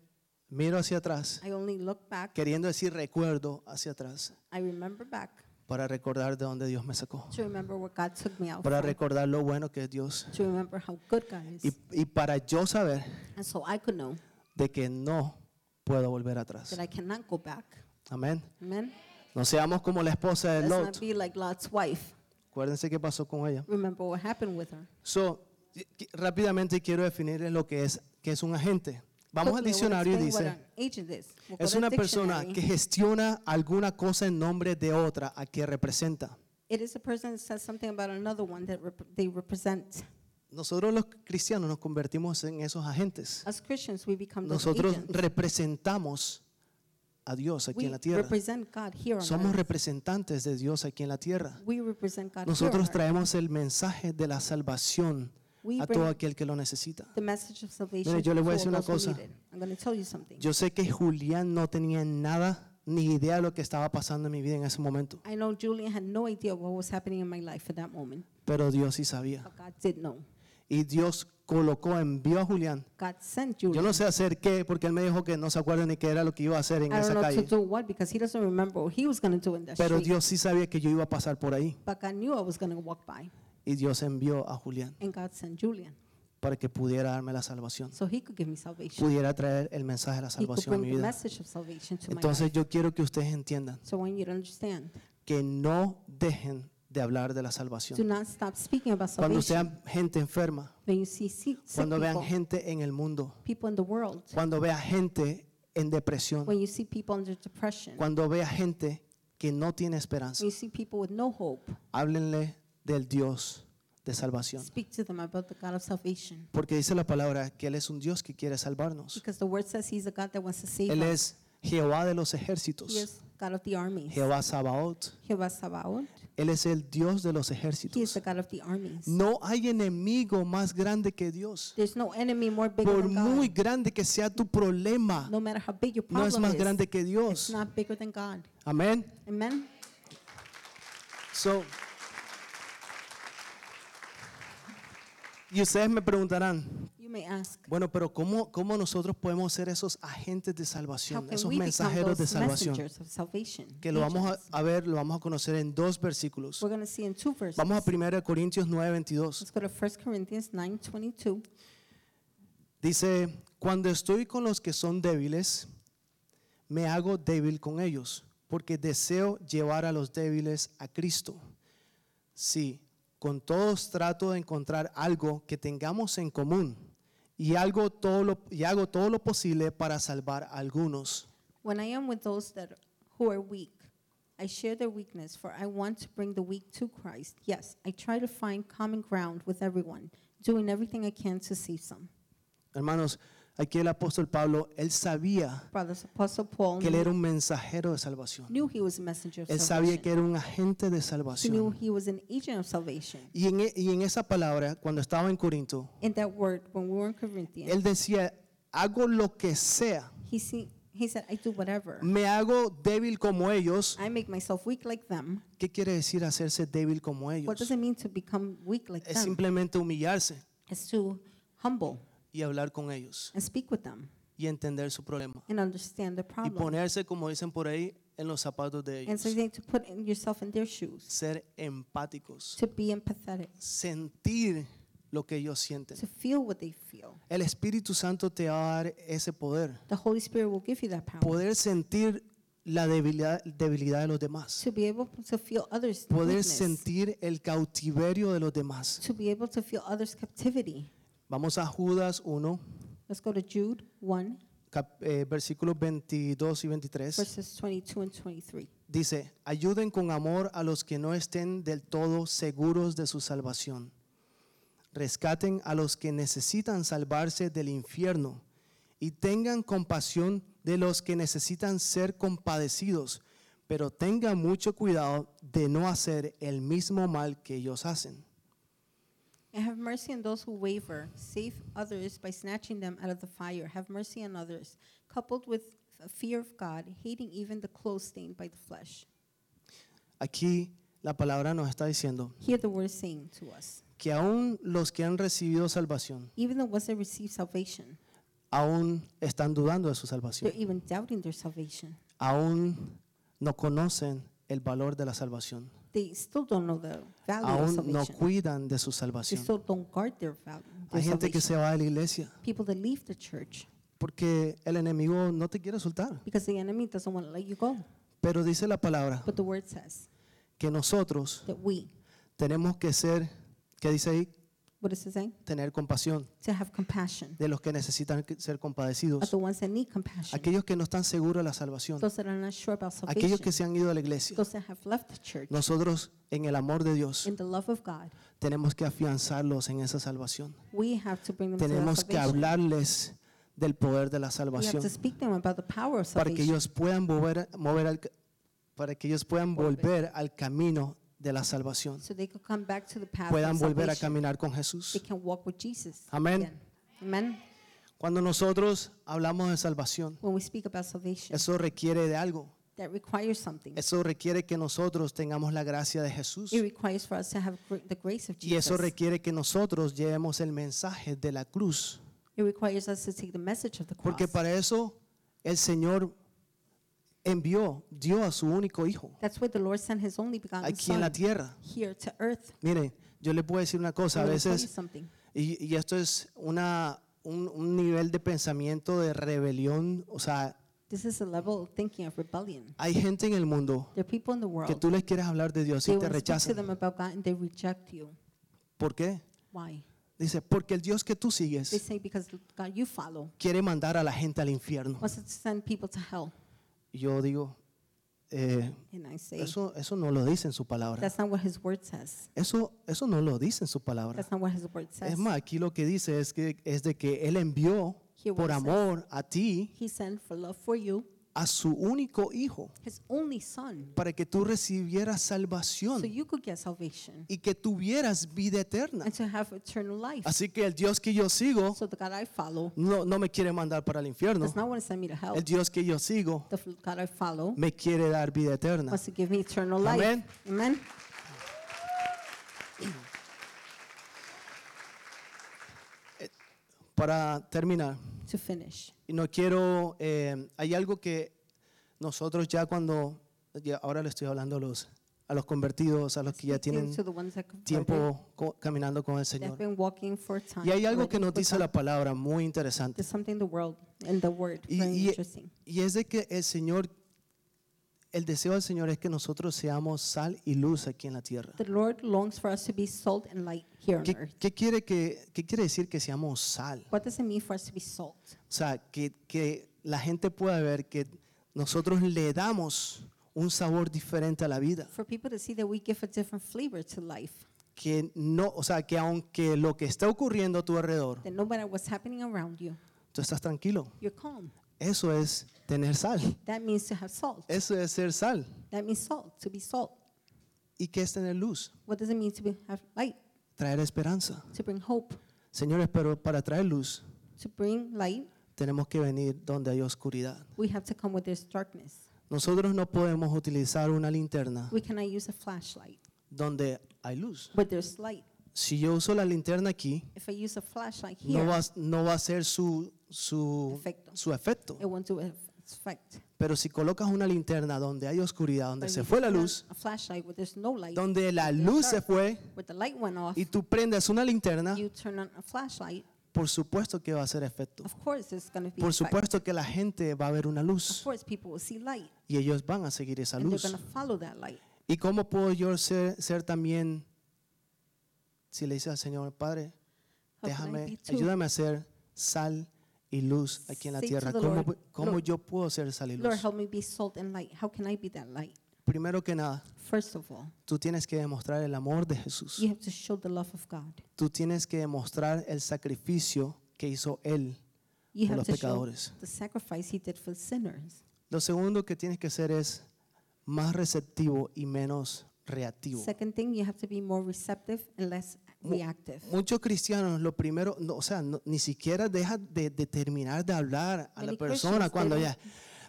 miro hacia atrás,
I only look back,
queriendo decir recuerdo hacia atrás,
I remember back
para recordar de dónde Dios me sacó,
to remember where God took me out
para
from,
recordar lo bueno que es Dios
to remember how good God
y,
is.
y para yo saber
And so I could know
de que no puedo volver atrás.
that I cannot go back.
Amén.
Amen.
No seamos como la esposa de
Let's not
Lot.
be like Lot's wife.
Acuérdense qué pasó con ella.
Remember what happened with her.
So, y- qui- rápidamente quiero definirles lo que es, que es un agente. Vamos al
Quickly, I wanna
diccionario y
explain
dice,
what an agent is. We'll go
es
to
una
dictionary.
persona que gestiona alguna cosa en nombre de otra a que representa.
It is a person that says something about another one that rep- they represent.
Nosotros los cristianos nos convertimos en esos agentes.
As Christians, we become those
Nosotros
agents.
representamos a Dios aquí
we
en la tierra.
represent God here on
Somos
earth.
representantes de Dios aquí en la tierra.
We represent God here on
Nosotros
earth.
traemos el mensaje de la salvación
We
a todo
bring-
aquel que lo necesita.
The message of salvation
yo le voy a
for
decir una
those
cosa.
who need it. I'm going to tell you something.
Yo sé que Julián no tenía nada ni idea de lo que estaba pasando en mi vida en ese momento,
I know Julian had no idea what was happening in my life at that moment,
pero Dios sí sabía.
but God did know.
Y Dios colocó, envió a Julián.
God sent
Yo
Julian.
no sé hacer qué, porque él me dijo que no se acuerda ni qué era lo que iba a hacer en
I don't
esa
know to
calle.
do what because he doesn't remember what he was going to do in that
Pero
street.
Dios sí sabía que yo iba a pasar por ahí.
but God knew I was going to walk by,
Y Dios envió a Julián
and God sent Julian
para que pudiera darme la salvación,
so he could give me salvation.
pudiera traer el mensaje de la
he could
salvación a
bring
mi
the
vida.
message of salvation to my life.
Entonces yo quiero que ustedes entiendan
So I want you to understand.
que no dejen de hablar de la
Do
salvación.
not stop speaking about
Cuando
salvation.
sean gente enferma,
When you see sick, sick
cuando vean
people,
gente en el mundo,
people in the world,
cuando vea gente en depresión,
when you see people under depression, when
cuando vea gente que no tiene esperanza,
you see people with no hope,
háblenle del Dios de salvación.
speak to them about the God of salvation.
Porque dice la palabra que Él es un Dios que quiere salvarnos.
Because the word says he's a God that wants to save
Él
us.
es Jehová de los
He
ejércitos,
is God of the armies.
Jehová Sabaoth.
Jehová Sabaoth.
Él es el Dios de los
He is
ejércitos.
the God of the armies.
No hay enemigo más grande que Dios.
There's no enemy more big
Por
than God.
muy grande que sea tu problema,
no matter how big your
no
problem
es más
is,
grande que
it's
Dios.
not bigger than God.
Amén.
Amen.
So, y ustedes me preguntarán,
You may ask,
bueno, pero ¿cómo, cómo nosotros podemos ser esos agentes de
how
salvación,
can
esos
we become those
mensajeros de salvación?
messengers of salvation?
Que lo vamos
Agents.
a, a ver, lo vamos a conocer en dos versículos.
We're going to see in two verses.
Vamos a 1 Corintios 9, 22.
Let's go to 1 Corinthians 9:22.
Dice, cuando estoy con los que son débiles, me hago débil con ellos, porque deseo llevar a los débiles a Cristo. Sí, con todos trato de encontrar algo que tengamos en común y, algo todo lo- y hago todo lo posible para salvar a algunos.
When I am with those that who are weak, I share their weakness, for I want to bring the weak to Christ. Yes, I try to find common ground with everyone, doing everything I can to save some.
Hermanos, aquí el apóstol Pablo, él sabía
Brothers, Apostle Paul
que él era
knew,
un mensajero de salvación.
knew he was a messenger of
Él sabía que
salvation.
era un agente de
He knew
salvación.
he was an agent of salvation.
Y en, e- y en esa palabra, cuando estaba en Corinto,
In that word, when we were in Corinthians,
Él decía, hago lo que sea,
he, see, he said, I do whatever.
me hago débil como ellos.
I make myself weak like them.
¿Qué quiere decir hacerse débil como
What does
ellos?
it mean to become weak like
Es
them?
simplemente humillarse
It's to humble
y hablar con ellos
and speak with them.
y entender su problema
and understand the
y
problem.
ponerse, como dicen por ahí, en los zapatos de
And
ellos.
so you need to put in yourself in their shoes,
Ser empáticos,
to be empathetic,
sentir lo que ellos sienten.
to feel what they feel.
El Espíritu Santo te va a dar ese poder,
The Holy Spirit will give you that power
poder sentir la debilidad, debilidad de los demás,
to be able to feel others'
poder
weakness,
sentir el cautiverio de los demás.
to be able to feel others' captivity.
Vamos a Judas 1,
Let's go to Jude 1,
cap- eh, versículos 22 y 23.
verses 22 and 23.
Dice, ayuden con amor a los que no estén del todo seguros de su salvación. Rescaten a los que necesitan salvarse del infierno y tengan compasión de los que necesitan ser compadecidos, pero tengan mucho cuidado de no hacer el mismo mal que ellos hacen.
And have mercy on those who waver. Save others by snatching them out of the fire. Have mercy on others, coupled with a fear of God, hating even the clothes stained by the flesh.
Aquí la palabra nos está diciendo
Hear the word saying to us
que aún los que han recibido salvación,
even the ones that receive salvation,
aún están dudando de su salvación.
they're even doubting their salvation.
aún no conocen el valor de la salvación,
They still don't know the value of
aún no
salvation.
cuidan de su
they
salvación.
still don't guard their value. Their
Hay gente que
salvation.
se va de la iglesia
People that leave the church
porque el enemigo no te quiere soltar.
because the enemy doesn't want to let you go.
Pero dice la palabra
But the word says
que nosotros
that we,
tenemos que ser, que dice ahí,
what does it say?
tener compasión
To have compassion
de los que necesitan que- ser
of
compadecidos,
the ones that need compassion.
aquellos que no están seguros de la salvación,
those that are not sure about salvation,
aquellos que se han ido a la iglesia.
those that have left the church,
Nosotros, en el amor de Dios,
in the love of God,
tenemos que afianzarlos en esa salvación.
we have to bring them
Tenemos
to that
que
salvation.
hablarles del poder de la
we have
salvación.
to speak to them about the power of
para que
salvation,
ellos puedan mover, mover al, ca- para que ellos puedan volver al camino de la salvación,
so they could come back to the path
puedan
of
volver a
salvation.
caminar con
They
Jesús.
can walk with Jesus.
Amén.
again. Amen.
Cuando nosotros hablamos de salvación,
When we speak about salvation,
eso requiere de algo.
that requires something.
Eso requiere que nosotros tengamos la gracia de Jesús.
It requires for us to have gr- the grace of
Y
Jesus.
eso requiere que nosotros llevemos el mensaje de la cruz.
it requires us to take the message of the cross.
Porque para eso el Señor envió, dio a su único Hijo
That's why the Lord sent His only begotten
aquí en
Ah, Son
la tierra.
here to earth.
Mire, yo les puedo decir una cosa. A
I'm gonna tell you
veces
something.
Y, y esto es una, un, un nivel de pensamiento de rebelión. O sea,
This is a level of thinking of rebellion.
hay gente en el mundo
There are people in the
que
world
tú les quieres hablar de Dios
they
y te
want to speak to
rechazan.
them about God and they reject you.
¿Por qué?
Why?
Dice, porque el Dios que tú
They
sigues
say because the God you follow
quiere mandar a la gente al infierno.
wants to send people to hell.
Y yo digo, eh,
And I say,
eso, eso no lo dice en su palabra.
that's not what his word says.
Eso, eso no lo dice en su palabra.
That's not what his word says.
Es más, aquí lo que dice es que es de que Él envió
Here what
por
it says.
amor a ti
He sent for love for you
a su único hijo
his only son
para que tú recibieras
so
salvación.
you could get salvation
y que tuvieras vida eterna.
and to have eternal life.
Así que el Dios que yo sigo
So the God I follow
no, no me quiere mandar para el infierno.
does not want to send me to hell.
El Dios que yo sigo
The f- God I follow
me quiere dar vida eterna.
wants to give me eternal life.
Amen.
Amen.
Para terminar,
To finish.
y no quiero, eh, hay algo que nosotros ya cuando, ya ahora le estoy hablando a los, a los convertidos, a los que ya
Speaking
tienen
to the ones that converted,
tiempo co- caminando con el
that have
Señor.
been walking for time.
Y hay algo
already
que nos
with
dice
God.
la palabra muy interesante.
There's something in the world and the word
Y-
very
y-
interesting.
Y es de que el Señor, el deseo del Señor es que nosotros seamos sal y luz aquí en la tierra.
The Lord longs for us to be salt and light here on
¿Qué,
earth.
qué quiere, que, qué quiere decir que seamos sal?
What does it mean for us to be salt?
O sea, que, que la gente pueda ver que nosotros le damos un sabor diferente a la vida.
For people to see that we give a different flavor to life.
Que no, o sea, que aunque lo que está ocurriendo a tu alrededor,
That no matter what's happening around you,
tú estás tranquilo.
you're calm.
Eso es tener sal.
That means to have salt.
Eso es ser sal.
That means salt, to be salt.
¿Y qué es tener luz?
What does it mean to be, have light?
Traer esperanza.
To bring hope,
Señores, pero para traer luz
to bring light,
tenemos que venir donde hay oscuridad.
we have to come with this darkness.
Nosotros no podemos utilizar una linterna
We cannot use a flashlight,
donde hay luz.
but there's light.
Si yo uso la linterna aquí,
If I use a flashlight
no
here,
va, no va a ser su, su,
Efecto.
su efecto.
it won't do its effect.
Pero si colocas una linterna donde hay oscuridad, donde
But if
se
you
fue la
put on
luz,
A flashlight where there's no light,
donde la
there's
luz se
dark,
fue
where the light went off,
y tú prendes una linterna,
you turn on a flashlight,
por supuesto que va a hacer efecto.
Of course, it's going to be.
Por
effect.
supuesto que la gente va a ver una
Of
luz
course, people will see light,
y ellos van a seguir esa
and they're
luz.
going to follow that light.
¿Y cómo puedo yo ser, ser también, si le dice al Señor, Padre,
How can I be
déjame,
too-
ayúdame a ser sal y luz aquí en la
Say to
tierra?
the
¿Cómo,
Lord,
pu- cómo
Lord,
yo puedo ser sal y
Lord,
luz?
help me be salt and light. How can I be that light?
Primero que nada,
First of all,
tú tienes que demostrar el amor de Jesús.
you have to show the love of God.
Tú tienes que demostrar el sacrificio que hizo Él.
You
por
have
los
to show
pecadores.
the sacrifice He did for sinners.
Lo segundo que tienes que ser es más receptivo y menos reactivo.
Second thing, you have to be more receptive and less reactive.
Muchos cristianos lo primero, no, o sea, no- ni siquiera dejan de, de terminar de hablar a la
Many
persona
Christians,
cuando
they
ya,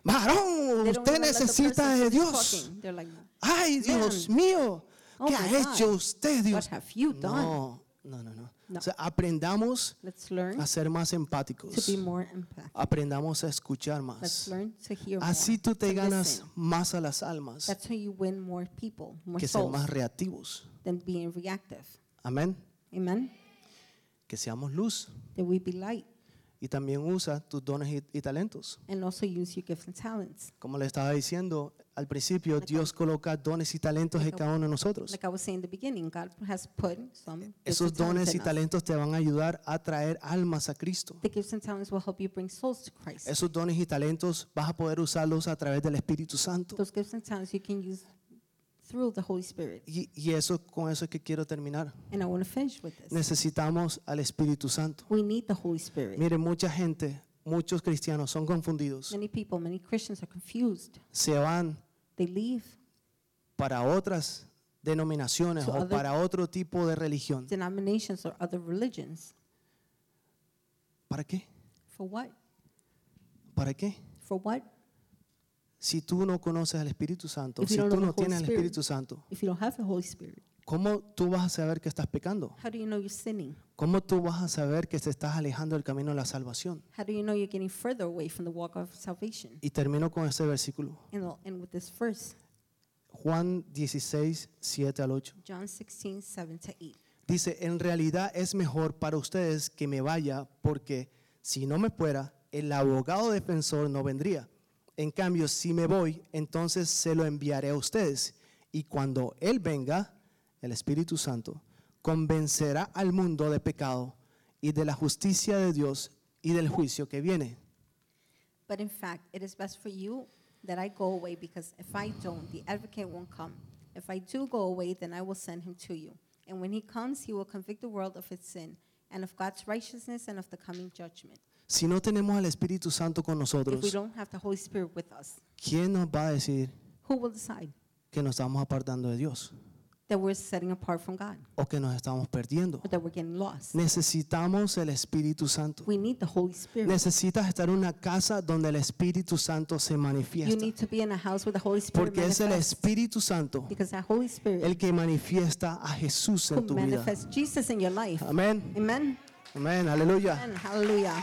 varón,
They don't
usted
wanna let the
necesita
person
de
finish
Dios.
talking. They're like,
Ay, Dios mío,
Oh
¿qué
my
ha
God.
hecho usted,
what
Dios?
have you done?
No, no, no, no.
No.
O sea, aprendamos
Let's learn
a ser más
to
empáticos.
be more empathic.
Aprendamos a escuchar
Let's
más.
learn to hear
Así
more.
tú te
to
ganas
listen.
más a las almas
That's how you win more people, more
que ser
souls,
más reactivos.
than being reactive.
Amén.
Amen?
Que seamos luz.
That we be light
Y también usa tus dones y- y talentos.
and also use your gifts and talents.
Como le estaba diciendo al principio, Dios coloca dones y talentos en cada uno de nosotros.
Like I was saying in the beginning, God has put some gifts
Esos
and talents
dones y
in us.
talentos te van a ayudar a traer almas a Cristo.
The gifts and talents will help you bring souls to Christ.
Esos dones y talentos vas a poder usarlos a través del Espíritu Santo.
Those gifts and talents you can use through the Holy Spirit.
Y, y eso con eso es que quiero terminar.
And I want to finish with this.
Necesitamos al Espíritu Santo.
We need the Holy Spirit.
Mire, mucha gente, muchos cristianos son confundidos.
Many people, many Christians are confused.
Se van
They leave
para otras denominaciones
So
o
other-
para otro tipo de religión.
denominations or other religions.
¿Para qué?
For what?
¿Para qué?
For what?
Si tú no conoces al Espíritu Santo,
If
si
you don't
tú no
know the Holy
tienes al
Spirit.
Espíritu Santo,
If you don't have the Holy Spirit,
¿cómo tú vas a saber que estás pecando?
how do you know you're sinning?
¿Cómo tú vas a saber que te estás alejando del camino de la salvación?
How do you know you're getting further away from the walk of salvation?
Y termino con este versículo,
And, I'll end with this verse,
Juan 16, 7 al 8.
John 16, 7 to 8.
Dice, en realidad es mejor para ustedes que me vaya porque si no me fuera, el abogado defensor no vendría. En cambio, si me voy, entonces se lo enviaré a ustedes. Y cuando Él venga, el Espíritu Santo, convencerá al mundo de pecado y de la justicia de Dios y del juicio que viene.
But in fact, it is best for you that I go away because if I don't, the advocate won't come. If I do go away, then I will send him to you. And when he comes, he will convict the world of its sin and of God's righteousness and of the coming judgment.
Si no tenemos al Espíritu Santo con
If we
nosotros,
don't have the Holy Spirit with us,
¿quién nos va a decir
who will decide
que nos estamos apartando de Dios
that we're setting apart from God
o que nos estamos perdiendo?
or that we're getting lost?
Necesitamos el Espíritu Santo.
We need the Holy Spirit.
Necesitas estar en una casa donde el Espíritu Santo se
You
manifiesta.
need to be in a house where the Holy Spirit
Porque es el
manifests.
Espíritu Santo
Because that Holy Spirit
el que manifiesta a Jesús
who
en tu vida.
manifests Jesus in your life.
Amén.
Amen.
Amén. Aleluya.
Amen. Hallelujah.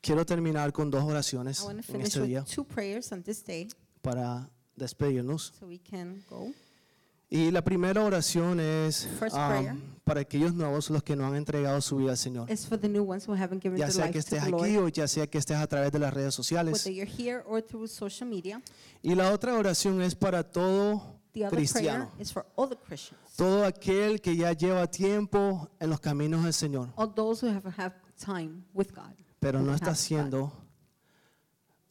Quiero terminar con dos
I
oraciones
want to
en
finish
este día
with two prayers on this day
para despedirnos.
so we can go.
Y la primera oración es
First
um,
prayer.
para aquellos nuevos, los que no han entregado su vida al Señor.
It's for the new ones who haven't given
Ya
their
sea
life
que
to
estés
the
aquí
Lord,
o ya sea que estés a través de las redes sociales.
whether you're here or through social media.
Y la otra oración es para todo
The other prayer
cristiano.
is for all the Christians,
Todo aquel que ya lleva tiempo en los caminos del Señor,
all those who have had time with God,
pero
who
no
have
está
God,
haciendo
but,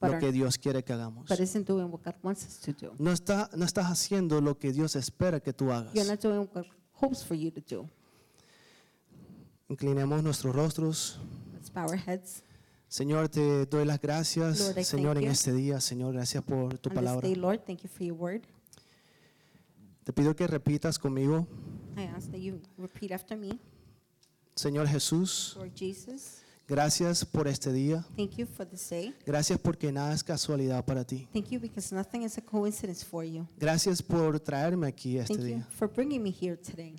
lo
are-
que Dios quiere que hagamos.
but isn't doing what God wants us to do.
No, está, no estás haciendo lo que Dios espera que tú
You're
hagas.
not doing what God hopes for you to do.
Inclinemos nuestros rostros.
Let's bow our heads
Señor, te doy las gracias.
Lord, I
Señor,
thank
en
you.
este día, Señor, gracias por tu
on this
palabra.
day, Lord. Thank you for your word.
Te pido que repitas conmigo,
I ask that you repeat after me,
Señor Jesús,
Lord Jesus.
gracias por este día.
Thank you for this day.
Gracias porque nada es casualidad para ti.
Thank you because nothing is a coincidence for you.
Gracias por traerme aquí este
Thank you
día.
for bringing me here today.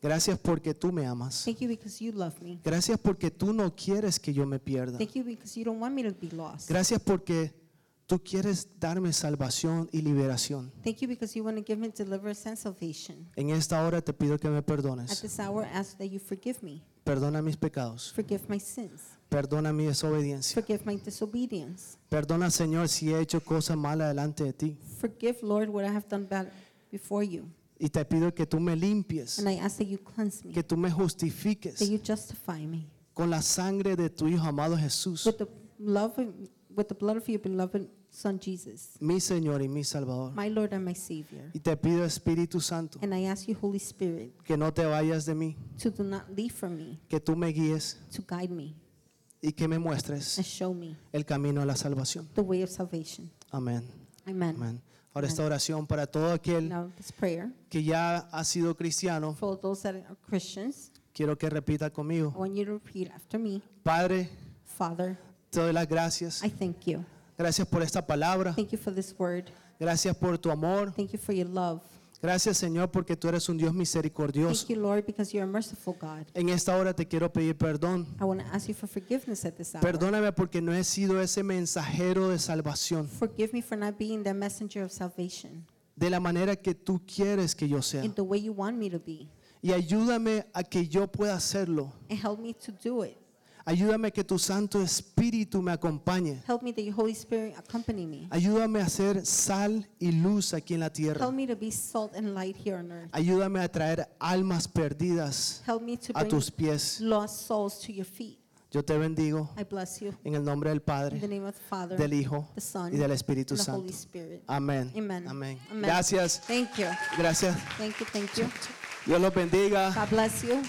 Gracias porque tú me amas.
Thank you because you love me.
Gracias porque tú no quieres que yo me pierda.
Thank you because you don't want me to be lost.
Gracias porque Tú quieres darme salvación y liberación.
Thank you because you want to give me deliverance and salvation.
En esta hora te pido que me
At
perdones.
this hour, ask that you forgive me.
Perdona mis pecados.
Forgive my sins.
Perdona mi desobediencia.
Forgive my disobedience.
Perdona, Señor, si he hecho cosas malas delante de ti.
Forgive, Lord, what I have done bad before you.
Y te pido que tú me limpies,
And I ask that you cleanse me,
que tú me
that
justifiques
you justify me
con la sangre de tu Hijo amado Jesús,
with the love of, with the blood of your beloved Son Jesus,
mi Señor y mi Salvador.
my Lord and my Savior.
Y te pido, Espíritu Santo,
And I ask you, Holy Spirit,
que no te vayas de mí,
to do not leave from me,
que tú me guíes
to guide me
y que me muestres
and show me
el camino a la salvación.
the way of salvation.
Amén.
Amen.
Amén. Ahora esta oración para todo aquel
Now, this prayer
que ya ha sido cristiano,
for those that are Christians,
quiero que repita
I
conmigo.
want you to repeat after me
Padre,
Father,
te doy las gracias.
I thank you.
Gracias por esta palabra.
Thank you for this word.
Gracias por tu amor.
Thank you for your love.
Gracias, Señor, porque tú eres un Dios misericordioso.
Thank you, Lord, because you're a merciful God.
En esta hora te quiero pedir perdón.
I want to ask you for forgiveness at this hour.
Perdóname porque no he sido ese mensajero de salvación
Forgive me for not being the messenger of salvation
de la manera que tú quieres que yo sea.
in the way you want me to be.
Y ayúdame a que yo pueda hacerlo.
And help me to do it.
Ayúdame a que tu Santo Espíritu me acompañe.
Help me that your Holy Spirit accompany me.
Ayúdame a ser sal y luz aquí en la tierra.
Help me to be salt and light here on earth.
Ayúdame a traer almas perdidas
Help me to
a
bring
tus pies.
lost souls to your feet.
Yo te bendigo
I bless you.
en el nombre del
In the
Padre,
name of the Father,
del Hijo
the Son,
y del Espíritu
and the Holy
Santo.
Spirit.
Amén.
Amen.
Amén.
Amen.
Gracias.
Thank you.
Gracias.
Thank you. Thank you.
Dios los bendiga.
God bless you.